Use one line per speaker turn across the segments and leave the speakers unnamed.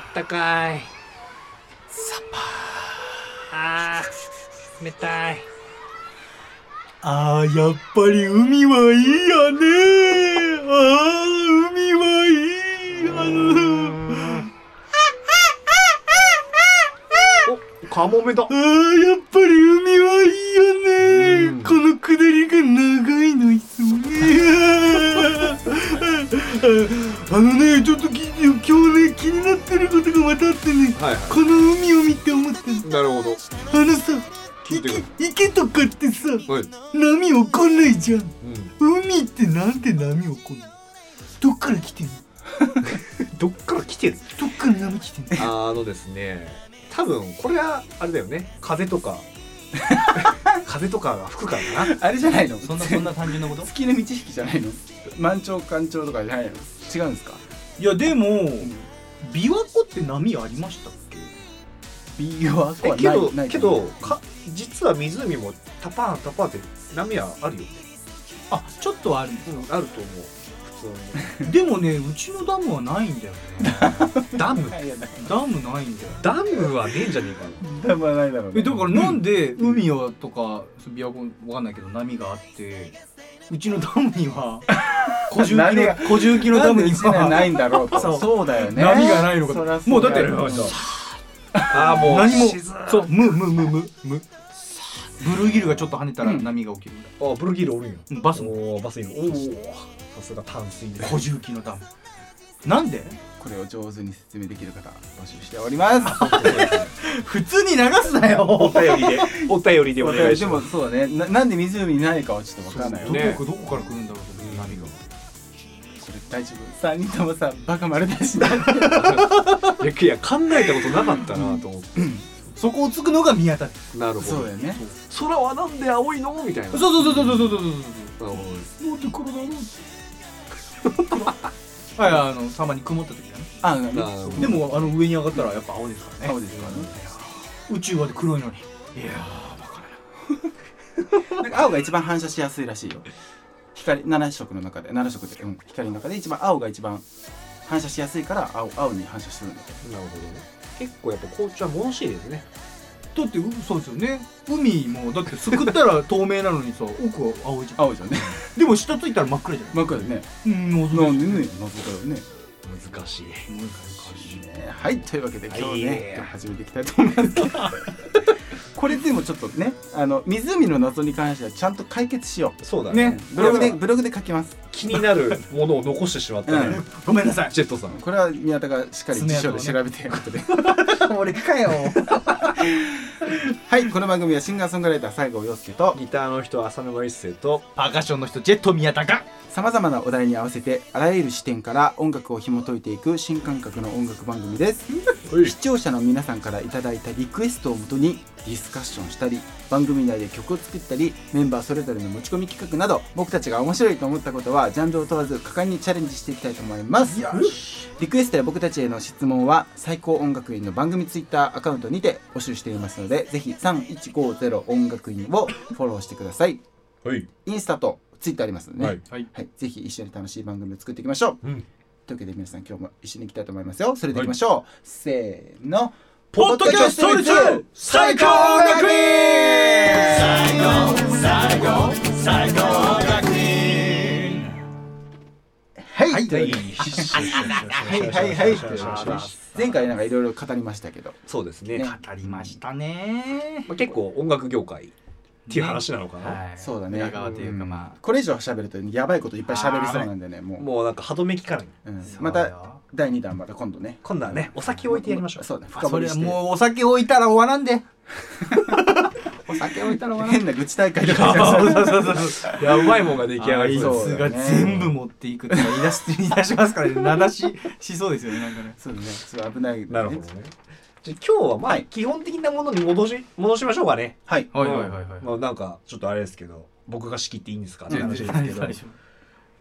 ったかい
サパ
あー冷たい
あーやっぱり海はいいやねあー海はいいあの
おカモメだ
あーやっぱり海はいいよ
うん
ねこの下りが長いのいつもねあのねちょっと聞いてよ今日ね気になってることがまたあってね
はいは
この海を見て思った
いなるほど
あのさ
聞いてく
池
る
池とかってさ
はい、
波起こんないじゃん
うん、
海ってなんで波起こんのどっから来てんの
どっから来てる
どっから波来てんの
あのですね多分これはあれだよね風 とか風とかが吹くからな
あれじゃないの
そんなそんな単純なこと
月の満ち引きじゃないの満潮干潮とかじゃないの違うんですか
いやでも琵琶湖って波ありましたっけ
B は
え
は
けど
ない
けどか実は湖もタパーンタパーンって波はあるよね、
あちょっとはあるんです
うん、あると思う普通
でもねうちのダムはないんだよね
にダム
ないやだ
ダムないんだよ
ダムはねえんじゃねえかな
多分ないだろう、
え
ね、
だからなんで海はとか琵琶湖わかんないけど波があってうちのダムに は小重機
何
の
が
小重機の
な
ダ
ん
ム
でう
に
ちには
は
ないんだろう と
そう
だよね
波がないのか
そりゃそ
もう
だ
だって
よね
ああもう
何も
静か
そう無無無無無ブルーギルがちょっと跳ねたら波が起きるぐらい
あブルーギルおるんや
うんバスの
おおバスいるおおさすが淡水で
小重機のダムなんで
これを上手に説明できる方募集しております
普通に流すなよ
お便りで お便りでお願いし
で
ま
も
す
そうだねななんで湖にないかはちょっとわからないよ
ど
ね
ね
こどこから来るんだろうと思って波が
これ大丈夫3人ともさバカ丸出しだ
いやいや考えたことなかったなと思って
そこをつくのが宮田です
なるほ
そう
ど
だよね
空はなんで青いのみたいな
そうそうそうそうそうそうそうそう
なるほど
なんで黒だろうはいあのたまに曇った時だね
あなる
なるほど
でもあの上に上がったらやっぱ青ですからね
青ですからね
宇宙はで黒いのにいや
なんか青が一番反射しやすいらしいよ光7色の中で7色で、うん、光の中で一番青が一番反射しやすいから青青に反射するんだって
なるほどね結構やっぱ紅茶は物知りですね
だってうそうですよね海もだってすくったら透明なのにさ 奥は青いじゃん
青じゃんね
でも下ついたら真っ暗じゃない
真っ暗でね
うんもう
なんでね謎だよね
難しい
ねはいというわけで今日
はい
ね今日始めていきたいと思い ますけどこれでもちょっとねあの湖の謎に関してはちゃんと解決しよ
そうだ
う
ね
ねブログ
だ
で
から
ブログで書きます
気になるものを残してしまったね
ごめんなさい
ジェットさん
これは宮田がしっかり辞書で調べてることで、
俺かよ
はいこの番組はシンガーソングライター西郷陽介と
ギターの人浅沼一生と
パーカッションの人ジェット宮田が
さまざまなお題に合わせてあらゆる視点から音楽を紐解いていく新感覚の音楽番組です視聴者の皆さんからいただいたリクエストをもとにディスカッションしたり番組内で曲を作ったりメンバーそれぞれの持ち込み企画など僕たちが面白いと思ったことはジャンルを問わず果敢にチャレンジしていきたいと思いますリクエストや僕たちへの質問は最高音楽院の番組ツイッターアカウントにて募集していますのでぜひ3150音楽院をフォローしてください
はい
インスタとツイッターありますのでね、
はい
はい
はい、ぜひ一緒に楽しい番組を作っていきましょう、
うん
というわけで皆さん今日も一緒に行きたいと思いますよそれでいきましょう、せーの
ポッドキャスト率最高音楽院
はい、と
は
いう
い
わけで
はい
はいはい
失礼しました
前回なんかいろいろ語りましたけど
そうですね
ね
ま
語りましたね
あ結構音楽業界っていう話なのかな
はい
そうだね
裏側というかま
これ以上喋るとやばいこといっぱい喋りそうなんでねもう
もうなんか歯止め効かない
うん
あそう
ま
だ
た
よ
第2弾また今度ね
今度はねお酒置いてやりましょう
そうだね
あ
深
そ
掘
れ
り
は
して
もうお酒置いたら終わらんで
お酒置いた ら変な愚痴大会とか
そうそうそうそう
いやうまいもんが出来上がり
そう
そう
あいつが全部持っていくとか言い出し言い出しますからね名出ししそうですよねなんかね
そうだねちょっと危ない
なるほどねじゃあ今日はま
は
あ
い
基本的なものに戻し戻しましょうかね
はい
はいはいはいはい
まあなんかちょっとあれですけど僕が仕切っていいんですかって
全
話
然
ですけ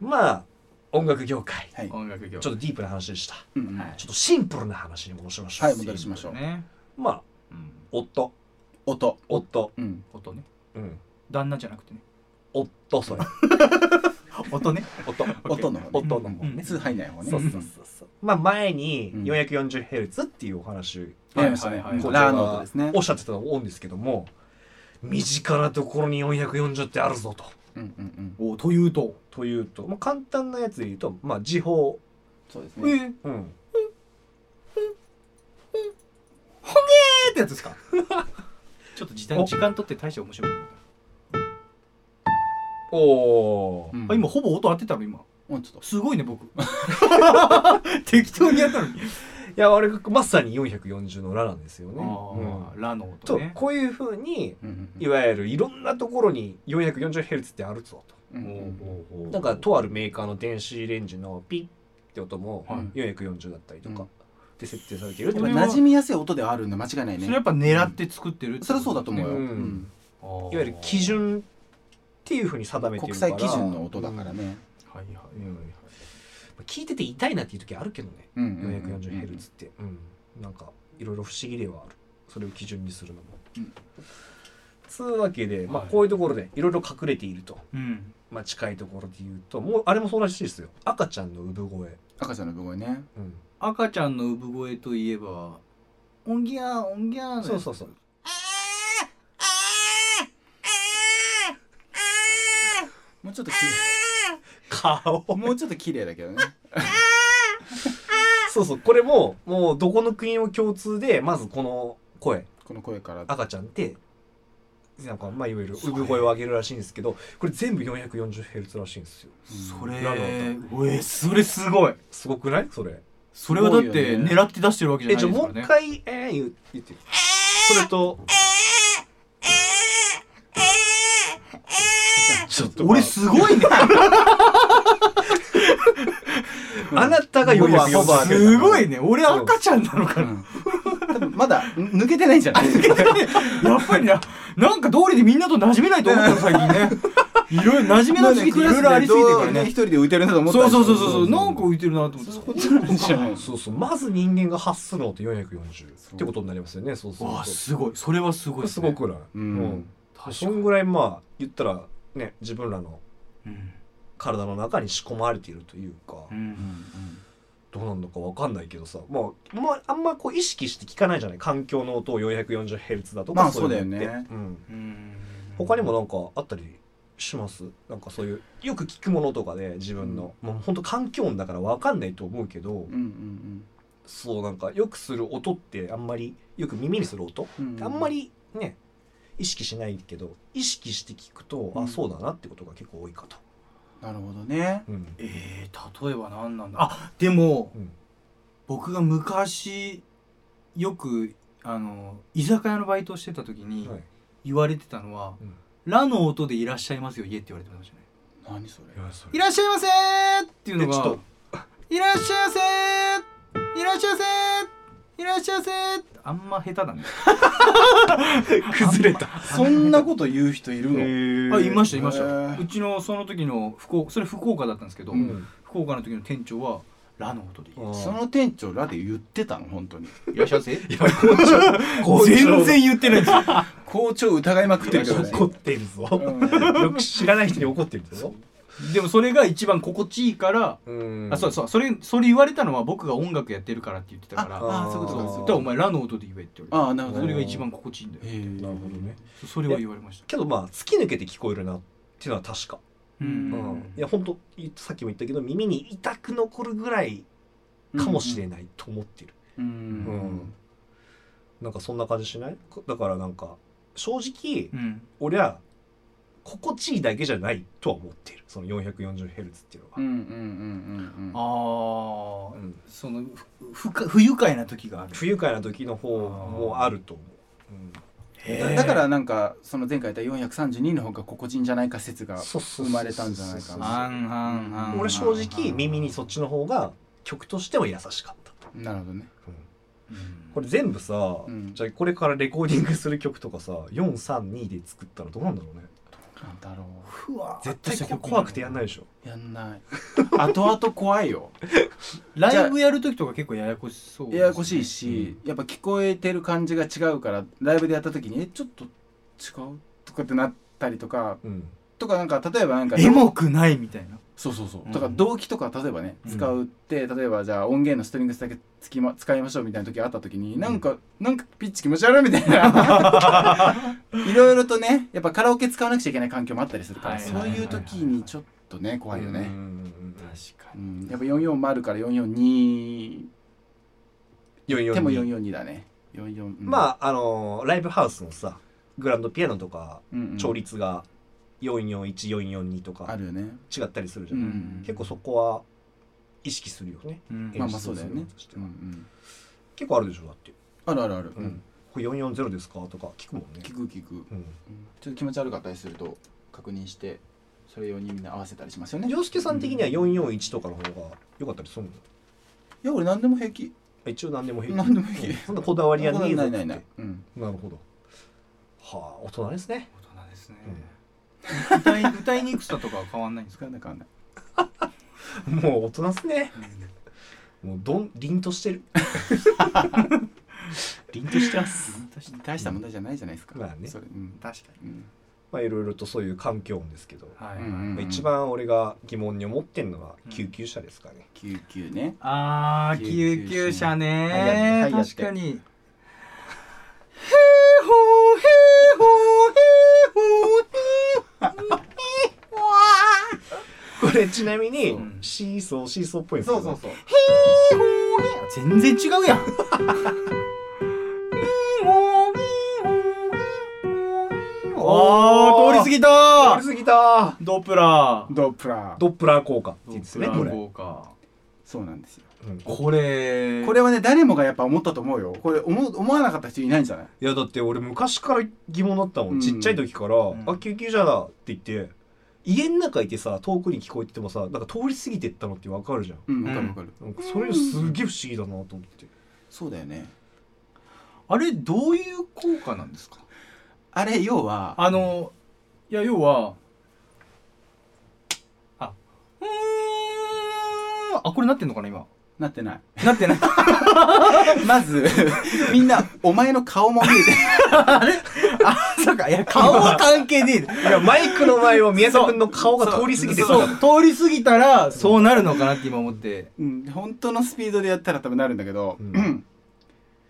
どまあ音楽業界
はい
音楽業
ちょっとディープな話でした
うんうん
ちょっとシンプルな話に戻しましょう
はい戻しましょう
ね、
まあ
うん、
夫
音
夫
うん
ことね
うん
旦那じゃなくてね
夫それ
音ね。
音
音の方ね
音の方
うん
ね、
熱入んない方ね
そうそうそうそうまあ前に 440Hz っていうお話、
やりましたね
はいはいはい
ラーの音ですね
おっしゃってたと思うんですけども身近なところに440ってあるぞと。
うんうんうん
おというと。
というと、まあ、簡単なやつで言うと、まあ、時報、
そうです
えー、
ね
え
う
ーっ
ん、
てやつですか。ちょっと時間
お
時間取って大して面白い。
おお
う、ん
あ今ほぼ音合ってたの今。
うんちょっと
すごいね僕。適当にやったの
い
に。
やあれがまさに440のラなんですよね。
あ
う
あ、ラの
んと、
音ね。
こういうふうに
うんうん
いわゆるいろんなところに 440Hz ってあるぞと。
うんう
お
ん
なんかとあるメーカーの電子レンジのピッって音も
はい
440だったりと
う
か
ん
で設定されているって
や
こと
っ
い
ぱ
れ
わ
は
馴染みやすい音ではあるんで間違いない
そ
ね
れやっぱ狙って作ってるってことですね。
それはそうだと思うよ、
うん
うん
あー
ゆる基。準っていうふうに定めてい
国
るから
際基準の音だからね、
はいはいは
う
い
ん聞いてて痛いなっていう時あるけどね
うんうんうんうん
440Hz って、うんなんかいろいろ不思議ではあるそれを基準にするのも。
うん
つうわけで、まあ、
はい
こういうところでいろいろ隠れていると、
うん。
まあ、近いところで言うともうあれもそうらしいですよ赤ちゃんの産声、
赤ちゃんの部声ね
うん、
赤ちゃんの産声といえば。オンギャーオンギャーのやつ
そうそうそう。
もうちょっとき
顔
もうちょっと綺麗だけどね
そうそうこれももうどこの国も共通でまずこの声
この声から
赤ちゃんってなんかまあいわゆる産声を上げるらしいんですけどこれ全部 440Hz らしいんですよ
それ
ラの
うえそれすごい
すごくないそれ
それはだっ
すごい
て
よね
狙って出してるわけじ
え
ゃな
じ
い
ゃあ
です
も
か
う
ら
一
ね
回えー、言う言ってそれとちょっと
俺すごいね
あなたが
僕は
440
僕は
すごいね俺赤ちゃんなのか
う
な
ん多分まだ抜けてないんじゃない
やっぱりななんか道理でみんなと馴染めないと思ったの最近ねいろいろ馴染めなすぎていろいろありすぎてから
一
ね
人で浮いてるなと思った
そ
ん
うそ
ですよ
うそうそうそうなんか浮いてるなと思って
そういうことなんじゃない
そうそうまず人間が発するのって440
そう
ってことになりますよねそうそう
わあ
そう
すごいそれはすごい
これすごくない、
う
うんん
確か
そ
に
んぐらいまあ言ったらね自分らの
うん
体の中に仕込まれているというか、
うん
どうなんのかわかんないけどさ、まあ、まあ、あんまこう意識して聞かないじゃない環境の音を 440Hz だとか、
まあ
いのっ
そう
て
だよね
うん、
うん
他にもなんかあったりしますなんかそういうよく聞くものとかで自分の、もうほんと環境音だからわかんないと思うけど、
うんうん
そうなんかよくする音ってあんまりよく耳にする音、
うんうん
あんまりね意識しないけど意識して聞くと、
うん
あそうだなってことが結構多いかと。
なるほどね
うん
えー、例えば何なんだあでも
うん
僕が昔よくあの居酒屋のバイトをしてた時に
はい
言われてたのは
うん
「ラ」の音で「いらっしゃいますよ家」って言われてましたね
何そ
「
れ
いらっしゃいませー」っていうの
えちょっ
が
と
「いらっしゃいませー」「いらっしゃいませー」「いらっしゃいませー」あんま下手だね
崩れた。
そ んなこと言う人いるの
あいましたいまし
へ
た
ー
うちのその時の福岡それ福岡だったんですけど、
うん
福岡の時の店長は「ラ」の音で
うん
その店長らで言ってたの本当に
「いらっしゃ いませー」
いや校長
全然言ってないんですよ
校長疑いまくってるけどね
怒ってるぞ。
うん
よく知らない人に怒ってるぞ。
でもそれが一番心地いいから、
うん
あそうそうそれそれ言われたのは僕が音楽やってるからって言ってたから
ああそういうことか
あ
そういう
だから
こと
お前ラの音で言えって言われ
ああなる
たそ
ほど
れ
ね
が一番心地いいんだよ
へー
なるほどね。
それは言われました
けどまあ突き抜けて聞こえるなっていうのは確か。
う
うん
ん
いや本当さっきも言ったけど耳に痛く残るぐらいかもしれないと思ってる。
う
うんんなんかそんな感じしない？だからなんか正直
うん
俺は心地いいだけじゃないとは思ってる。その 440Hz っていうの
う
は。
んうんうんうんうん
ああ、
うん
そのふふか不愉快な時がある
不愉快な時の方もあると思う。うん
だだからなんかその前回言った432の方が心地いいんじゃないか説が
そうそうそうそう
生まれたんじゃないかな
半々半々
俺正直耳にそっちの方が曲としては優しかった、
なるほどね
うん
これ全部さ、
うん
じゃあこれからレコーディングする曲とかさ432で作ったらどうなんだろうね
なんだろ
ふわー
絶
っと
対
した
ここ
曲
怖くてやんないでしょ
うやんない後々怖いよ
ライブやる時とか結構ややこしそうですね
ややこしいし、やっぱ聞こえてる感じが違うからライブでやった時にえちょっと違うとかってなったりとか
うん
とかなんか例えばなんか
エモくないみたいな
そうそうそう
うん
だから動機とか例えばね
うん
使うって例えばじゃあ音源のストリングスだけつきま使いましょうみたいな時あった時になんかなんかピッチ気持ち悪いみたいな いろいろとねやっぱカラオケ使わなくちゃいけない環境もあったりするから
はいはい
そ
は
う
いはい
いう時にちょっとね怖いよ
うんう
ね
ん
確か
う
に
んやっぱ440から442
うん
でも
442
442だね44うん
まああのーライブハウスのさグランドピアノとか
うんうん
調律が441442と
あ
か
るよね
違ったりするじ
う
ゃん、
ん
結構そこは意識するよね
うん
まあまあそうだよね
演出として
う
は
んうん
結構あるでしょだって
あるあるある
う
うんん
これ440ですかとか聞くもんね
聞く聞く
うん
ちょっと気持ち悪かったりすると確認してそれ用にみんな合わせたりしますよねい
洋介さん的には441とかの方が良かったりするの
や俺何でも平気
一応何でも平気
何でも平気
うんそんなこだわりはねえぞ
な
っ
い
て
ないないうん
なるほどはあ大人ですね
大人ですね歌い歌いにくさとかは変わんないんです
使
か
わなかんない
もう大人っすねもうどん凛としてる凛としてます
大した問題じゃないじゃないですか
まあね
それうん
確か
うん
まあいろいろとそういう環境音ですけど、
にはい、
うんうん
まあ一番俺が疑問に思ってんのは救急車ですかね、
救急ね
あー救急車ね
はいやって
確かにへーほーへーほ
これちなみに
うん
シーソーシーソーっぽいんですけ
そ
ど
うそうそう
ーへー全然違うやんおー通り過ぎた
通り過ぎた
ドプラー
ドップラー
ドップラー効果って
ド
言うんです
プ
ね
ラ
これ
ー効果
そうなんですよ
うん
これ
これはね誰もがやっぱ思ったと思うよこれ思思わなかった人いないんじゃない
いやだって俺昔から疑問だったもん、
うん
ちっちゃい時から「
ん
あ救急車だ」って言って家の中いてさ遠くに聞こえててもさなんか通り過ぎてったのってわかるじゃん
うんわかるわかる
なんかそれすげえ不思議だなと思って、
そうだよね
あれどういう効果なんですか
あれ要は
あのいや要はあうーんあこれなってんのかな今
なってない
なってない
ま ずみんなお前の顔も見えて
そうかいや顔は関係ねえ
いやマイクの前を宮田君の顔が通り過ぎてた
そう通り過ぎたらそうなるのかなって今思って
うん、本当のスピードでやったら多分なるんだけど、
う
うんん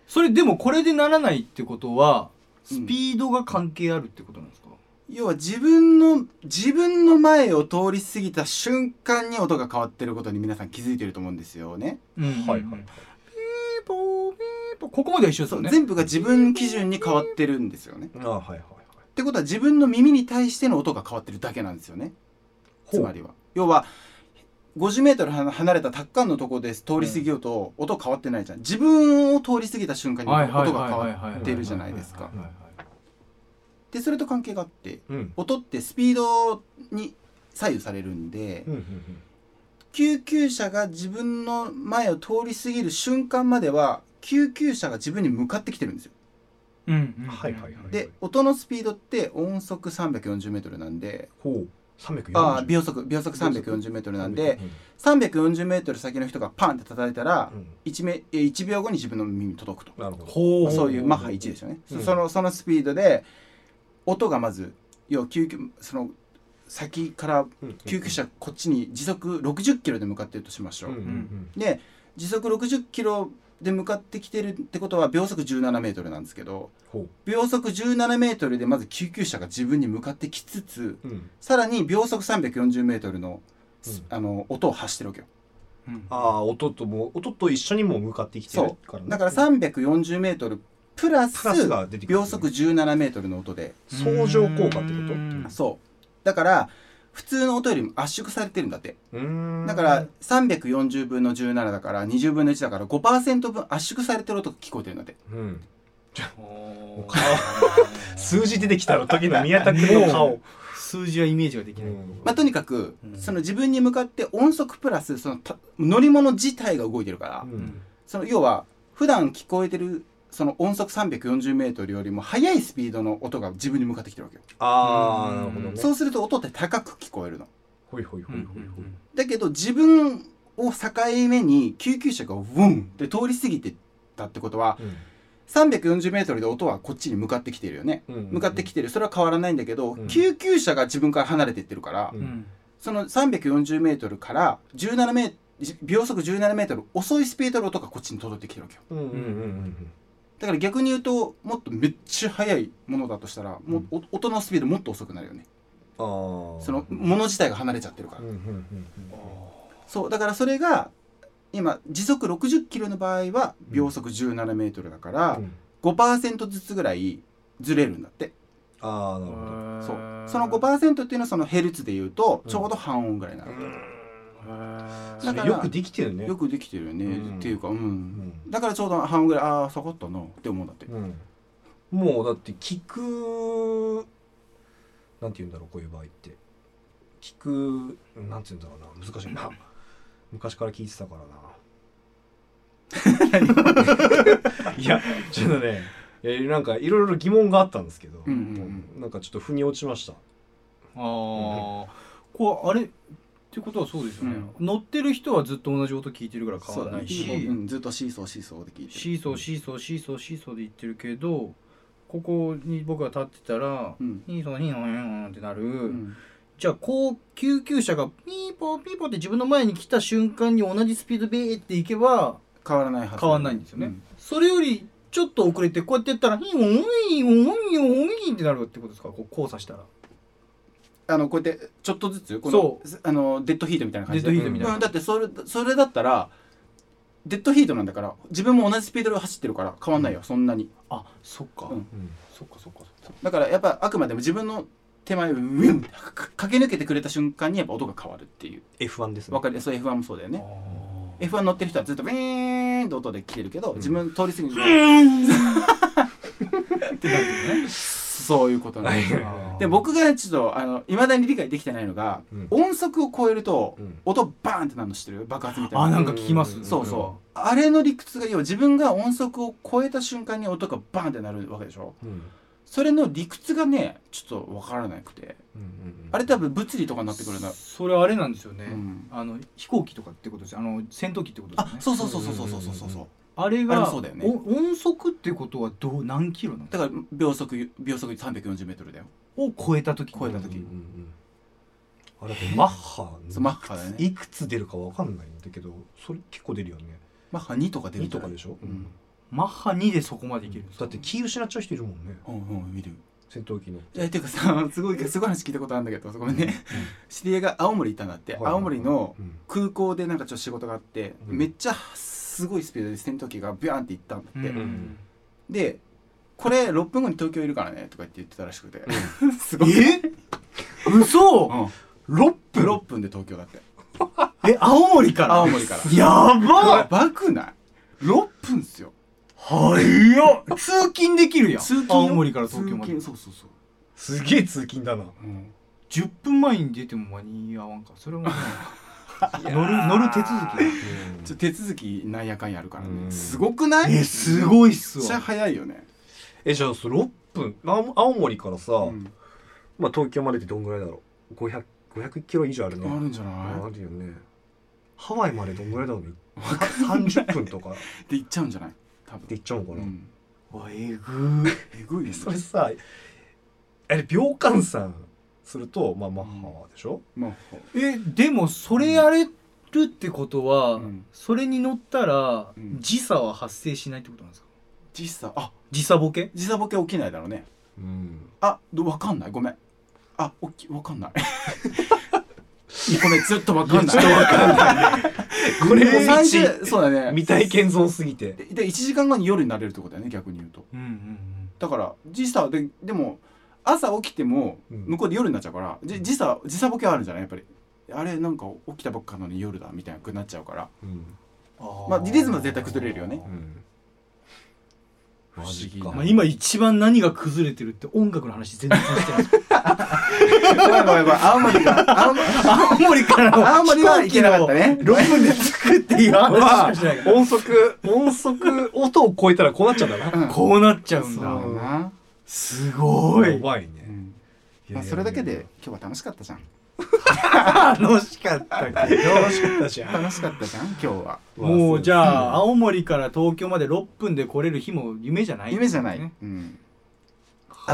それでもこれでならないってことはスピードが関係あるってことなんですか、
要は自分の自分の前を通り過ぎた瞬間に音が変わってることに皆さん気づいてると思うんですよね。
うん
はいはい
ピーポーピーポーここまでは一緒ですよね
全部が自分基準に変わってるんですよね。
あはいはいはい
ってことは自分の耳に対しての音が変わってるだけなんですよね。
ほ
つ
う
まりは要は50メートル離れたタッカンのとこで通り過ぎようと音変わってないじゃん。自分を通り過ぎた瞬間に
はいはい
音
は
が
い
変
はい
わってるじゃないですか
は。
はいはい
でそれと関係があって
うん
音ってスピードに左右されるんで
うんうんうん
救急車が自分の前を通り過ぎる瞬間までは救急車が自分に向かってきてるんですよ
うんうん
はいはいはい
で音のスピードって音速 340m なんで
ほう340
ああ秒速秒速 340m なんで 340m 先の人がパンって叩いたら
うんうん
1, めえ1秒後に自分の耳に届くと
なるほど
ほ
まあそういうマッハ1
一
ですよね、
うん
そのそのスピードで音がまず要は救急その先から救急車こっちに時速60キロで向かってるとしましょ
う
う、
んうんうん
で時速60キロで向かってきてるってことは秒速17メートルなんですけど
ほ
秒速17メートルでまず救急車が自分に向かってきつつ
ううん
さらに秒速340メートルの,す、
う
あの音を発してるわけよ
うん
ああ音とも音と一緒にもう向かってきてるからね
だから340メートルプラス
プラスが出てくる
秒速17メートルの音で、
相乗効果ってこ
うん
そうだから普通の音よりも圧縮されてるんだって
とうーん
だから340分の17だから20分の1だから5%分圧縮されてる音が聞こえてるんだって
うん
おー
数字出てきた時の宮田君の顔
数字はイメージができない、
まあ、とにかく、
うん
その自分に向かって音速プラスそのた乗り物自体が動いてるから、
うん
その要は普段聞こえてるその音速340メートルよりも速いスピードの音が自分に向かってきてるわけよ、
ああ
うん
なるほどね
そうすると音って高く聞こえるの
ほいほいほいほいほい
だけど自分を境目に救急車がウォンって通り過ぎてったってことは340メートルで音はこっちに向かってきてるよね
うん
向かってきてるそれは変わらないんだけど、
うん
救急車が自分から離れてってるから、
うん
その340メートルから17メ秒速17メートル遅いスピードの音がこっちに届いてきてるわけよ
うんうんうんうん
だから逆に言うともっとめっちゃ速いものだとしたらもうお音のスピードもっと遅くなるよね
あー
そのもの自体が離れちゃってるから
うんうんうん
そうだからそれが今時速60キロの場合は秒速17メートルだか
う
ら
ん
5%ずつぐらいずれるんだって
ああなるほど
そ
そうその5%っていうのはそのヘルツで言うとちょうど半音ぐらいなの、だ
そ
から
れよくできてるね
よくできてるよね、
うん
っていうかう
うんん
だからちょうど半音ぐらいああ下がったなって思うんだって
うんもうだって聞くなんて言うんだろうこういう場合って聞くなんて言うんだろうな難しいな 昔から聞いてたからな いやちょっとねえーなんかいろいろ疑問があったんですけど、
うんうん
なんかちょっと腑に落ちました
あーこうあれってことはそうですよね、
う
乗ってる人はずっと同じ音聞いてるから変
そう
わら
だ
な
ね
いし、
うんずっとシーソーシーソーで聞いてる
シーソーシーソーシーソーシーソーで言ってるけどここに僕が立ってたら
うん
ヒーソーヒーソーヒーソーってなる、
うん
じゃあこう救急車がピーポーピーポーって自分の前に来た瞬間に同じスピードビーって行けば
変わらないはず
変わんないんですよね、
う
それよりちょっと遅れてこうやってやったら「ヒーンヒーンヒーンヒーン」ってなるってことですかこう交差したら
あのこうやってちょっとずつこ
そ
のあのデッドヒートみたいな感じで
デッ
ドヒートみたいな
うんだってそれそれだったらデッドヒートなんだから自分も同じスピードで走ってるから変わんないよ、そんなに
あそっか、
うん
うん
そっかそっかそっか
だからやっぱあくまでも自分の手前をウィンってか駆け抜けてくれた瞬間にやっぱ音が変わるっていう
F1 ですね
わかるそう F1 もそうだよね
あ
F1 乗ってる人はずっとビーンって音で来てるけど、
ん
自分通り過ぎる、
ーってなるよね
そういうことなんですよ
あー
で僕がちょっとあの未だに理解できてないのが、
うん
音速を超えると、
うん
音バーンってなるの知ってる爆発みたいな
あなんか聞きます
そうそうあれの理屈が要は自分が音速を超えた瞬間に音がバーンってなるわけでしょ
うん
それの理屈がねちょっと分からなくて
うんうんうん
あれ多分物理とかになってくるんだ、
それあれなんですよね、
うん
あの飛行機とかってことですよあの戦闘機ってことですよ
あ
ね
そうそうそうそうそうそうそうそう
うん
あれ
あれ
が
もそうだよね
お音速ってことはどう何キロなんです
だ
か
から秒速秒速340メートルだよ
を超えた時
超えた
うんうんう
時
んあれマッハ
そうマッハだよね
いくつ出るかわかんないんだけどそれ結構出るよね
マッハ2とか出る
2
んじ
と
ゃな
か
い
でしょ、
うん
マッハ2でそこまでいけるんですか
だって気失っちゃう人いるもんね
うんうん見る
戦闘機の
えていうかさすごいすごい話聞いたことあるんだけどごめんね、知り合いが青森いたんだって、青森の
うん
空港でなんかちょっと仕事があって、
うん
めっちゃすごいスピードで戦闘機がビューンって行ったんだって、
うん
うん
で「これ6分後に東京いるからね」とか言って言ってたらしくて、 すごい
え嘘、
うん、
6
6分で東京だって
え青森から
青森から
やば
や
っ
ばくない6分っすよ
はいよ通勤できるやん
通勤よ
青森から東京まで
通勤そうそうそう、
すげえ通勤だな
うん、
10分前に出ても間に合わんかそれはもう乗る乗る手続き
ちょ手続きなんやかんやあるからね、
うん
すごくない
えすごいっす
めっちゃ
わ
早いよね、
えじゃあそ6分青青森からさ、
うん
まあ、東京までってどんぐらいだろう500 500キロ以上あるね
あるんじゃ
あ
な
るよねハワイまでどんぐらいだろうね30分とか
いで行っちゃうんじゃない多分
で行っちゃうのかな、
うん
わえぐー
えぐいよね
それさあれ秒換算するとまあマッハでしょ、
まあ
えでもそれやれるってことは、
うん
それに乗ったら、
うん
時差は発生しないってことなんですか
実際あ
時差ボケ
時差ボケ起きないだろうね
うん、
あどわかんないごめんあおっきわかんないごめんちょっとわかんない
これも
三
未
十そうだね
未体験ゾーンすぎて
でで1時間後に夜になれるってことだよね逆に言うと
うんうん
だから時差ででも朝起きても
うん
向こうで夜になっちゃうから、じ時差時差ボケはあるんじゃないやっぱりあれなんか起きたばっかなのに夜だみたいなくなっちゃうから
うん、
うん
まあリズムは絶対崩れるよね
うん、
不思議な
マジか
まあ、今一番何が崩れてるって音楽の話全然してない
ごめんごめんごめん青森が青森
青森からの
青森はいけなかったね
6分で作っていう話しかしてないから
音速音速音を超えたらこうなっちゃうんだな
うん
こうなっちゃうん
そうだ
だ
な、
すご
や
い
ばいうね、
ん
いや
ま
いや
あ、
いや
それだけで今日は楽しかったじゃん
楽しかったけど
楽しかったじゃん
楽しかったじゃん今日は
もうじゃあ
あ
青森から東京まで6分で来れる日も夢じゃない
夢じゃない、
ね
うん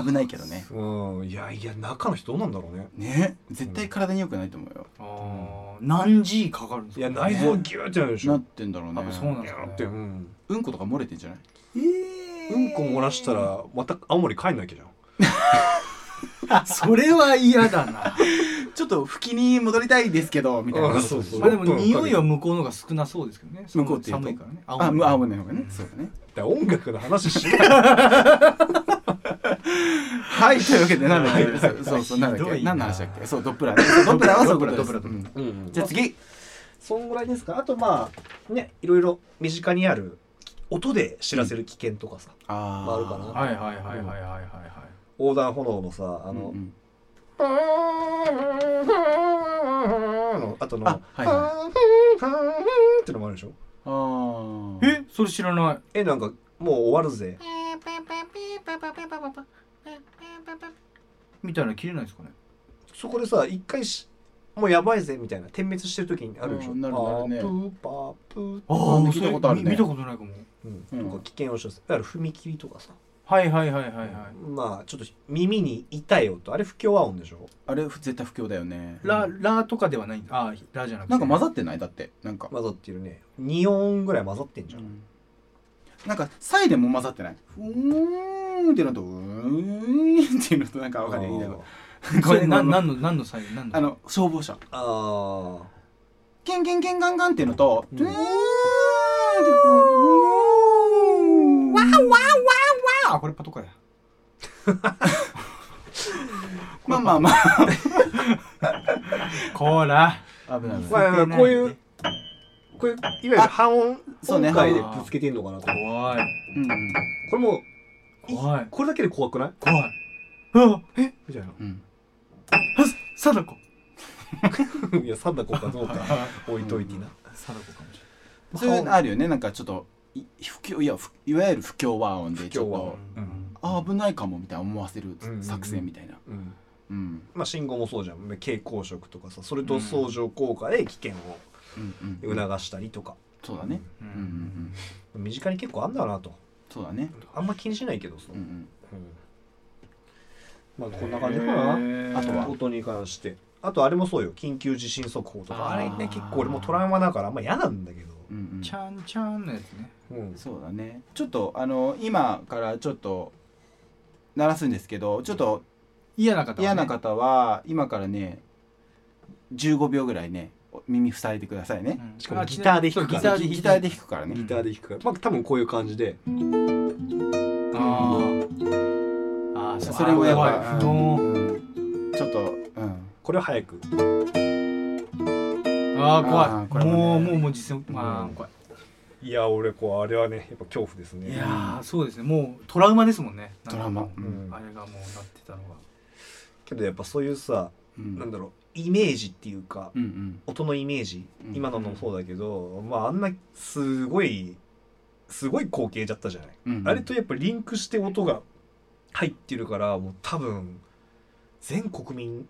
危ないけどね
うんいやいや中の人どうなんだろうね
ね絶対体に良くないと思うよ
ああ何 G かかるんです
い
か
や内臓ギューってなるでし
な
ょ
ってんだろう
や
ね
っぱそうな
ギ
んで
ュ
すか、
ー
ね
っ、てうん
うんことか漏れてんじゃない
うんこ漏らしたらまた青森帰んなきゃじゃん
それは嫌だな
ちょっと吹きに戻りたいですけどみたいな
あそうそう
まあでも匂いは向こうの方が少なそうですけどね
向こうっていうと
寒いからね
あむ青
青森
森の方がねそうだね
だから音楽の話しない
はいというわけでなんだっけそうそうそうなんだっ
ひど
け
いな
何の話だっけそうドップラーねドップラーはそういうことです
ドップラードップラードップラー
うん
うん
じゃあ次
そんぐらいですかあとまあねいろいろ身近にある音で知らせる危険とかさ、
あ
あるかな
はいはいはいはいはいはいはい
横断歩道のさあ
あ
の、
うん
の後の
あはいはい
ってのもあるでしょ
あー
えそれ知らない
えなんかもう終わるぜ
みたいなの切れないですかね
そこでさ一回しもうやばいぜみたいな点滅してる時にあるでしょ
うんなるなるね
パープーパープ
あー
そ
聞い
れ
たことあるね
み見たことないかも
ー、
う
うんん、とか危険を知らせるいわゆる踏切とかさ、
はいはいはいはいはい
まあちょっと耳に痛い音あれ不協和音でしょ
あれ絶対不況だよね
ララとかではないあーラじゃなくて
なんか混ざってないだってなんか
混ざってるね2音ぐらい混ざってんじゃん、
なんかサイレンも混ざってないふーんっていうのとうーんっていうのとなんかわかんない
あー
言いなが
そ れな
これ
何の何のサイン何の
らあの消防車
あー
ケンケンケンガンガンっていうのと
うん
うーんってうーん
あこれパトカーや
まあまあまあ
こーら
危ない危ない
まあまあこういうこういういわゆる
あ
半音
そうね
音階でぶつけてんのかなと
怖い
うんうん
これも
怖い
これだけで怖くない
怖いあえ
みたいな
うん
あサダコ
いやサンダコかどうか置いといてな
サダコかもし
そういうのあるよねなんかちょっとい不況いやふいわゆる不協和音でちょっ
不協和
と
音
れない
あ危ないかもみたいな思わせる
うんうんうん
作戦みたいな
うん
うん
まあ信号もそうじゃん蛍光色とかさそれと相乗効果で危険を
うんうん
促したりとか
そうだね
う
うんんうんうん
身近に結構あんだなと
そうだね
あんま気にしないけどさ、
うんうん
うんまあこんな感じかな、
あとは
音に関してあとあれもそうよ緊急地震速報とか
あ
あれ
ー
ね結構俺もトラウマだからあんま嫌なんだけど、
うんうん
ちゃんちゃんのやつね
うん
そうだねちょっとあの今からちょっと鳴らすんですけどちょっと
嫌な方はね
嫌な方は今からね15秒ぐらいねお耳塞いでくださいね、
うん
しかもギターで弾くから
そう
ギ
ギ
ギタ
タ
ー
ー
で
で弾
弾くからね、
ギターで弾くからまあ多分こういう感じで
くあーあーう
それもやっぱ
あー怖い
うんちょっとうん
これは早く
布団あー
あー
怖
これ
いも
も
う
ね
もうもう実践あー怖い
いや俺こうあれはねやっぱ恐怖ですね
いやーそうですねもうトラウマですもんね
ドラマ、う
うんん
あれがもうなってたのが
けどやっぱそういうさ、
うん
なんだろうイメージっていうか、
うんうん
音のイメージ
うん
今のもそうだけど、まああんなすごいすごい光景だったじゃない、
うん
あれとやっぱリンクして音が入ってるからもう多分全国民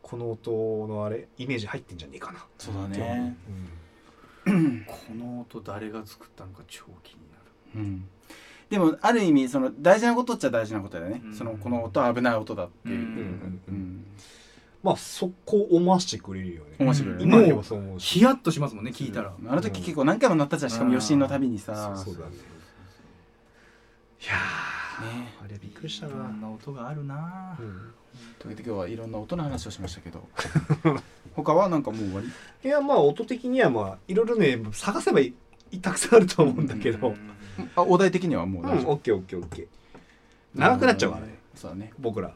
この音のあれイメージ入ってんじゃねえかな、
そうだね、
この音誰が作ったのか超気になる
うん、でもある意味その大事なことっちゃ大事なことだよね、
うん
そのこの音は危ない音だっていう、
うん
うん
まあそこを思わせてくれるよね
面白いよね、
今でもそう思うし
ヒヤッとしますもんね聞いたら
うんあの時結構何回も鳴ったじゃんしかも余震のたびに
そ
さ
うそうだねいや
ね
ーあれびっくりした
いろん
な、
な音があるな
うん
というわけで今日はいろんな音の話をしましたけ ど他はなんかもう終わり
いやまあ音的にはまあいろいろね探せばいたくさんあると思うんだけど、
あお題的にはもう
うん、
大丈夫
オッケーオッケーオッケー。長くなっちゃうからね、
そうだね
僕ら。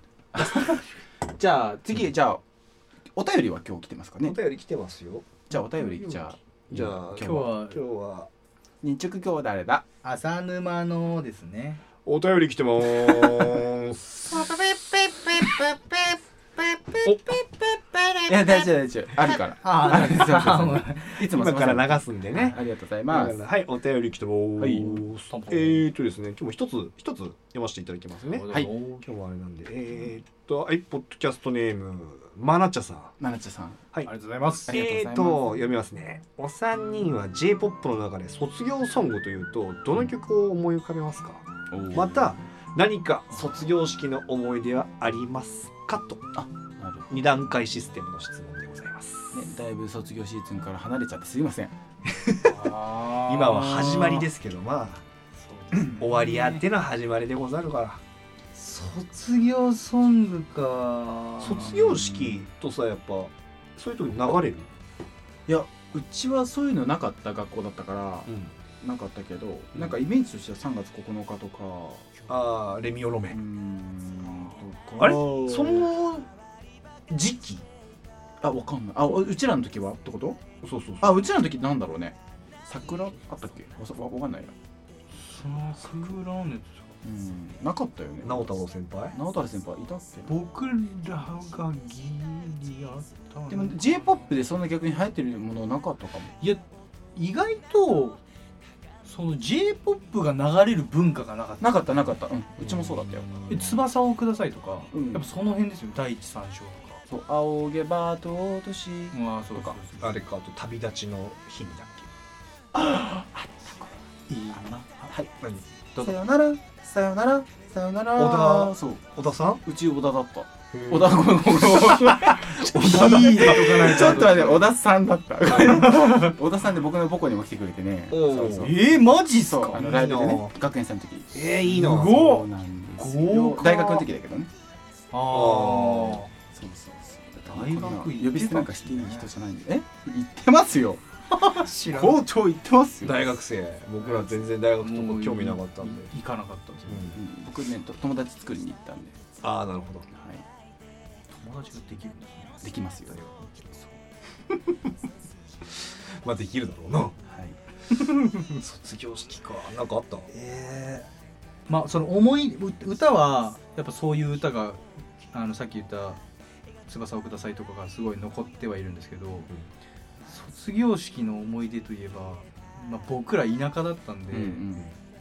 じゃあ次じゃあお便りは今日来てますか
お
ね
便り来てますよ。
じゃあお便りじゃあ
じゃあ今
今日
日
は
今日は。
日直今日は誰だ
浅沼のですね
お便り来てまーす。
いや大丈夫大丈夫あるから
あ
あるからそうそう
あ
そう いつもす
今か
いません
ら流すんでね。
ありがとうございます
はい、お便り来てまーす。
はい
えーとですね、今日も一つ一つ読ませていただきますね。
はい
今日はあれなんで、えーっと、はい、ポッドキャストネーム、マナチャさん。
マナチャさん
はい
ありがとうございます
ありがとうござい
え
ます
ーと読みますねお三人は J−POP の中で卒業ソングというとどの曲を思い浮かべますかまた何か卒業式の思い出はありますかと
なるほ
二段階システムの質問でございます
どねだいぶ卒業シーズンから離れちゃってすいません
今は始まりですすけどまあ終わりやっての始まりでござるから
卒業ソングか
卒業式とさやっぱそういう時流れる、
いやうちはそういうのなかった学校だったからなかったけどなんかイメージとしては3月9日とか
ああレミオロメ
うー
ン
んとか
あれその時期
あわかんないあうちらの時はってこと
そうそうそう
あうちらの時なんだろうね桜あったっけわさわわかんないや
その桜をね
うんなかったよね
直太朗先輩
直太朗先輩いたっけ
僕らがギリやったの
でも j p o p でそんな逆に流行ってるものなかったかも
いや意外とその j p o p が流れる文化がなかった
なかったなかったうんうちもそうだったよ
え翼をくださいとか、
うん
やっぱその辺ですよ第一三章とか
そう仰げばと落とし
うんああそう
とか
あれかあと旅立ちの日にだっ
いいな
け何
どう
さよならさよならさよなら
小田
そう
小田さん
うち小田だった小
小
田ごめん ごめんごめん小田
いいねとかない
ちょっと待って小田さんだった 小田さんで僕の母校にも来てくれてね
おう
そうそう
えー、マジっす
そう
か
あのライブで
いいな
ね学園祭の時
えー、いいな
すごい
そ
お
うなんですよ
豪華
大学の時だけどね
あー
そうそうそう
大学行ってたんですね
呼び捨てなんかしていい人じゃないんでえ行ってますよ
あ 知らん
校長行ってますよ
大学生僕ら全然大学と
も
も
う
興味なかったんで、
い行かなかったんですよ、
うん
うん僕ねと友達作りに行ったんで
ああなるほど
はい
友達ができるんですね
できますよ
まあできるだろうな
はい
卒業式かなんかあった
えー、まあその思いう歌はやっぱそういう歌があのさっき言った「翼をください」とかがすごい残ってはいるんですけど、卒業式の思い出といえば、まあ、僕ら田舎だったんで、
うん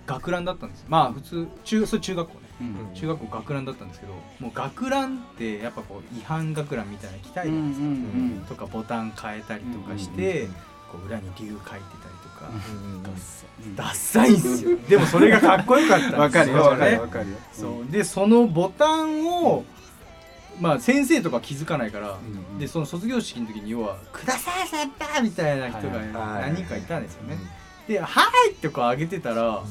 学ランだったんですまあ普通中そう中学校ね
うんうん
うん
中学校学ランだったんですけどもう学ランってやっぱこう違反学ランみたいなの着たい
うんう
じゃないですか、
ん
とかボタン変えたりとかして、
うん
こう裏に竜書いてたりとか、
うん
ダッサ
ダッサいんす よでもそれがかっこよかったんです
い
よ
わかるよわかるよわ
ね
かるよ
そうでそのボタンをまあ先生とか気づかないから、
うん
でその卒業式の時に要は「ください先輩!」みたいな人が
はい
はい
何人かいたんですよね、
うん
で「はい!」とかあげてたら、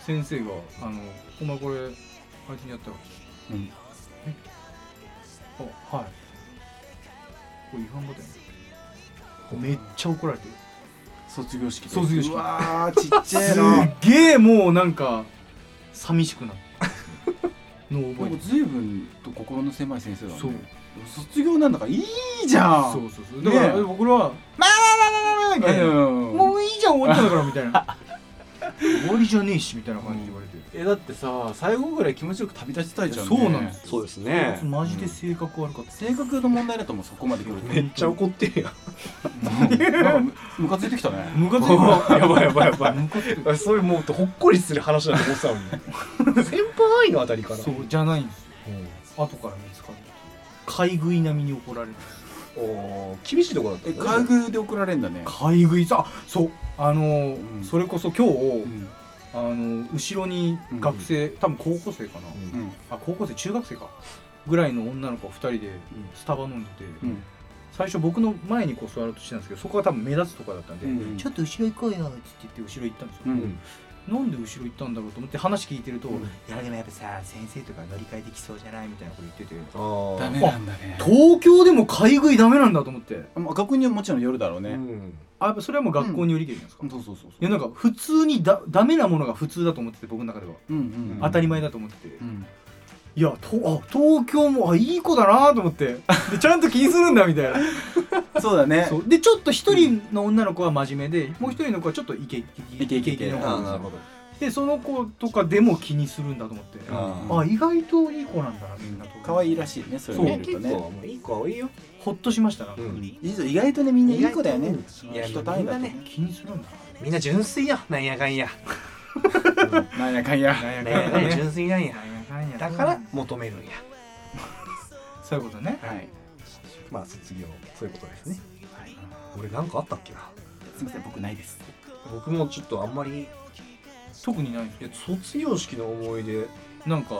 先生が「あのお前これあいつにやったよ」
うん
あはい」これ違反ボタンやめっちゃ怒られてる
卒業式で
卒業式
うわーちっちゃい
す
な
っげえもうなんか寂しくなった のを覚えて
もう随分と心の狭い先生だね
そう
卒業なんだからいいじゃん
そうそうそうだから、
ねえ
僕らは「まあまあまあまあまあ」みたいな「
も
もういいじゃん終わったんだから」みたい な「終わりじゃ ねえし」みたいな感じで言われて、
えだってさ最後ぐらい気持ちよく旅立ちたいじゃん、ね、
そうなんです
そうですね
マジで性格悪かった、
性格の問題だともうそこまで来ると
めっちゃ怒ってるやん
なんかムカついてきたね
ムカついて
やばいやばいやばい
ムカついて
あそういうもうほっこりする話だと思ってたもんね 先輩のあたりから
そうじゃないんです
うん
よ後から見つかる買い食い並みに怒られる
おー厳しいとこだった
え
ね
買い食いで怒られるんだね
買い食いさそうあのー
うん
それこそ今日、
うん
あのー後ろに学生、多分高校生かな、
うん
うん
あ高校生中学生かぐらいの女の子2人でスタバ飲んでて、
うん
最初僕の前にこう座ろうとしてたんですけどそこが多分目立つとかだったんで、
うん
ちょっと後ろ行こうよっつって言って後ろ行ったんですよ、
う
うんん
なんで後ろ行ったんだろうと思って話聞いてると、
うん
いやでもやっぱさ先生とか乗り換えできそうじゃないみたいなこと言ってて
あー
ダメなんだね
東京でも買い食いダメなんだと思って
まあ、学校にはもちろん夜だろう
う
ね、
ん
あやっぱそれはもう学校によりけりじゃないですか、
う
い
ん、そうそうそうそう
やなんか普通にだダメなものが普通だと思ってて僕の中では
うんうん
当たり前だと思ってて、
うん
いやとあ東京もあいい子だなと思ってでちゃんと気にするんだみたいな
そうだね
そうでちょっと一人の女の子は真面目で、もう一人の子はちょっとイケイケ
イケイケ
の子
あー
なんです
な
よ
るほど
でその子とかでも気にするんだと思ってあ
あ
うん
意外といい子なんだなみんなと
可愛いら
い
しいねそれ
そう
見
ね
ると
結
ね
構もういい子は多いよ
ほっとしましたなんか、
うん
実は意外とねみんないい子だよね
いや
人単位だと
みんな
気にするんだ
みんな純粋よなんやかんや
なんやかんや
な
なんんやかんや
ね
純粋なんや
なんやかんや
だから求めるんや
そういうことね
はい
まあ卒業そういうことですね俺なんかあったっけな
すみません僕ないです
僕もちょっとあんまりい
特にないんです
や卒業式の思い出
なんか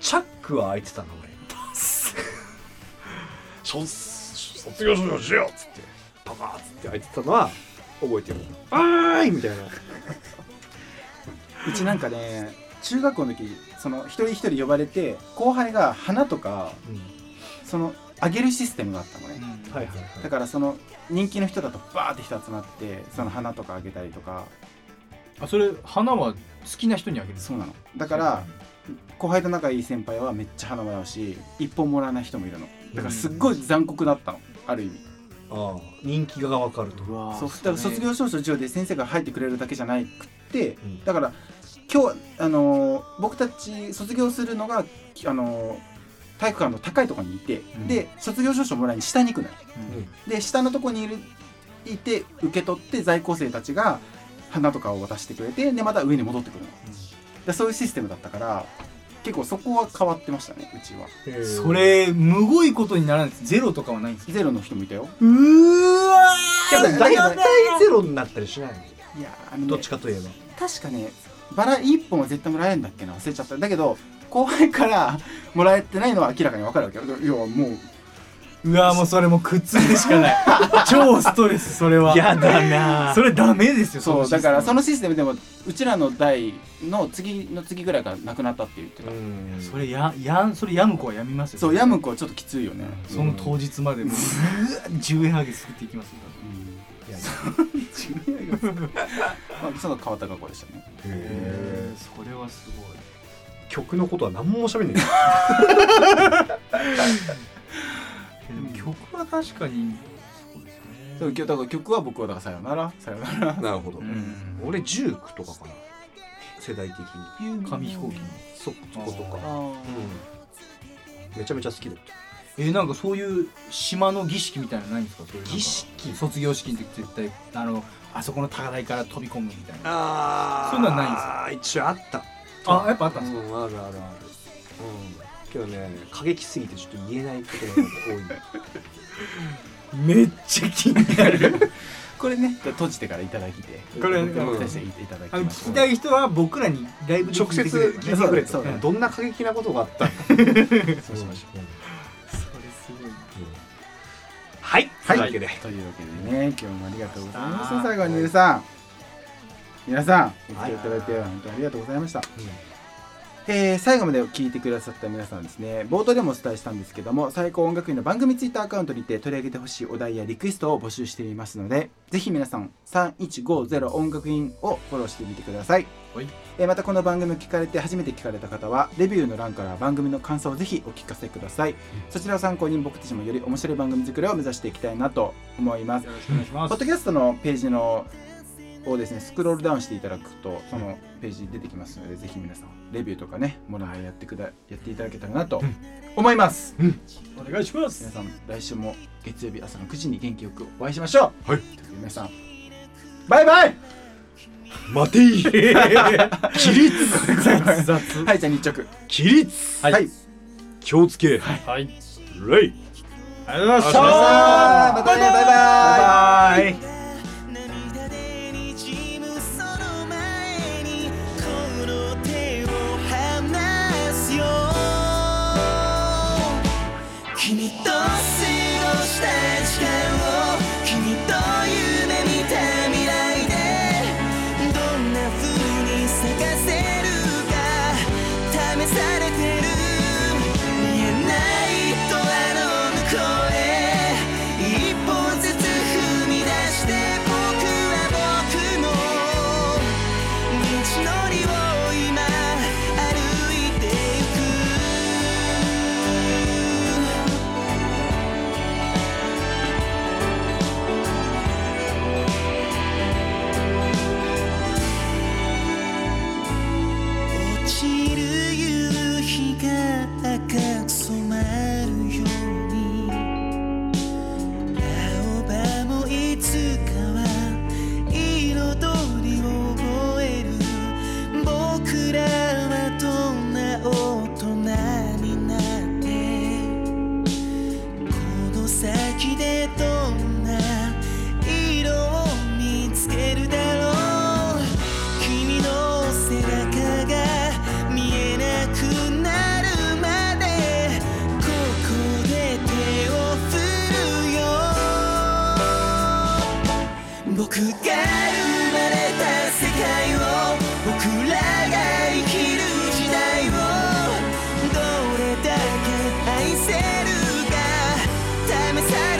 チャックは開いてたの俺 卒卒業証書しようっつってパパーっつって開いてたのは覚えてるあーいみたいな
うちなんかね中学校の時その一人一人呼ばれて後輩が花とかそのあげるシステムがあったのね
はいはい
い
はい
だからその人気の人だとバーって人集まってその花とかあげたりとか
あそれ花は好きな人にあげる
そうなのだから後輩と仲いい先輩はめっちゃ花もらうし一本もらわない人もいるのだからすっごい残酷だったのある意味
ああ人気が分かると
うわー
そうだから卒業証書上で先生が入ってくれるだけじゃなくっ
う
て
ん
だから今日あのー僕たち卒業するのがきあのー体育館の高いところにいて、
うん
で卒業証書もらいに下に行くのよで下のとこにいるいて受け取って在校生たちが花とかを渡してくれてでまた上に戻ってくるのでそういうシステムだったから結構そこは変わってましたねうちは
へー
それむごいことにならないんですゼロとかはないんです
ゼロの人もいたよ
うーわ
けど大体ゼロになったりしないの
いやーあのね
どっちかといえば
確かねバラ1本は絶対もらえるんだっけな忘れちゃっただけど後輩から もらえてないのは明らかに分かるわけよいやもう
うわもうそれもうくっついてしかない超ストレスそれは
やだな
それダメですよ
そうだからそ
の
のシステムでもうちらの代の次の次ぐらいからなくなったって言ってた、
うん
それややんそれやむ子はやみますよ
そうヤムクはちょっときついよね、
その当日までもううわ10円ハゲ作っていきますよ
いや
まあ、その変わった学校でしたね
へー
それはすごい
曲のことは何も喋んね
えでも曲は確かにそうですね
そう今日だから曲は僕はだからさよならさよなら
えなるほど
うん
俺19とかかな世代的に
紙飛行機の
そそこと
あ
かうんめちゃめちゃ好きだった
えーなんかそういう島の儀式みたいなのないんですかそういうなんか
儀式
卒業式の時絶対あのあそこの高台から飛び込むみたい
あ
なそんなんないんすか
あ一応あった
あやっぱあったん
う
ですか、
んあるあるあるうんけどね過激すぎてちょっと言えないことが多い
めっちゃ気になる
これね閉じてからいただきて
これ
僕僕たちでいただき
あの
ま
聞
す
きたい人は僕らにライブで
直
聞
接
いてくれるから
聞い
ね
てくれ
そ
と
うだね
どんな過激なことがあ ったのかそうしましょう
それすごいな
はい
はい
というわけで
というわけでね今日もありがとうございま
あ
す
ー
最後にねるさん皆さんお付き合いいただいて本当にありがとうございましたえー最後まで聞いてくださった皆さんですね冒頭でもお伝えしたんですけども最高音楽院の番組ツイッターアカウントにて取り上げてほしいお題やリクエストを募集していますのでぜひ皆さん3150音楽院をフォローしてみてください、
はい
えーまたこの番組を聞かれて初めて聞かれた方はレビューの欄から番組の感想をぜひお聞かせください、そちらを参考に僕たちもより面白い番組作りを目指していきたいなと思います
よろしくお願いしま
ポッドキャストのページのをですねスクロールダウンしていただくとそのページ出てきますのでぜひ皆さんレビューとかねものはやってくだやっていただけたらなと思います、
お願いしま
皆
す
さん来週も月曜日朝の9時に元気よくお会いしましょう
はい
ということで皆さんバイバイ
待 てい起立
雑
はいじゃあ日直
起立
はい、はい、
気をつけ
は
礼
いありがとうございまし
ありがとうございました
た
またねバイバイ
バイ
涙で滲むその前にこの手を離すよ君と過ごした時間を君と夢見た未来でどんな風に咲かせるか試されてる見えないドアの向こうへ一歩ずつ踏み出して僕らが生きる時代をどれだけ愛せるか試され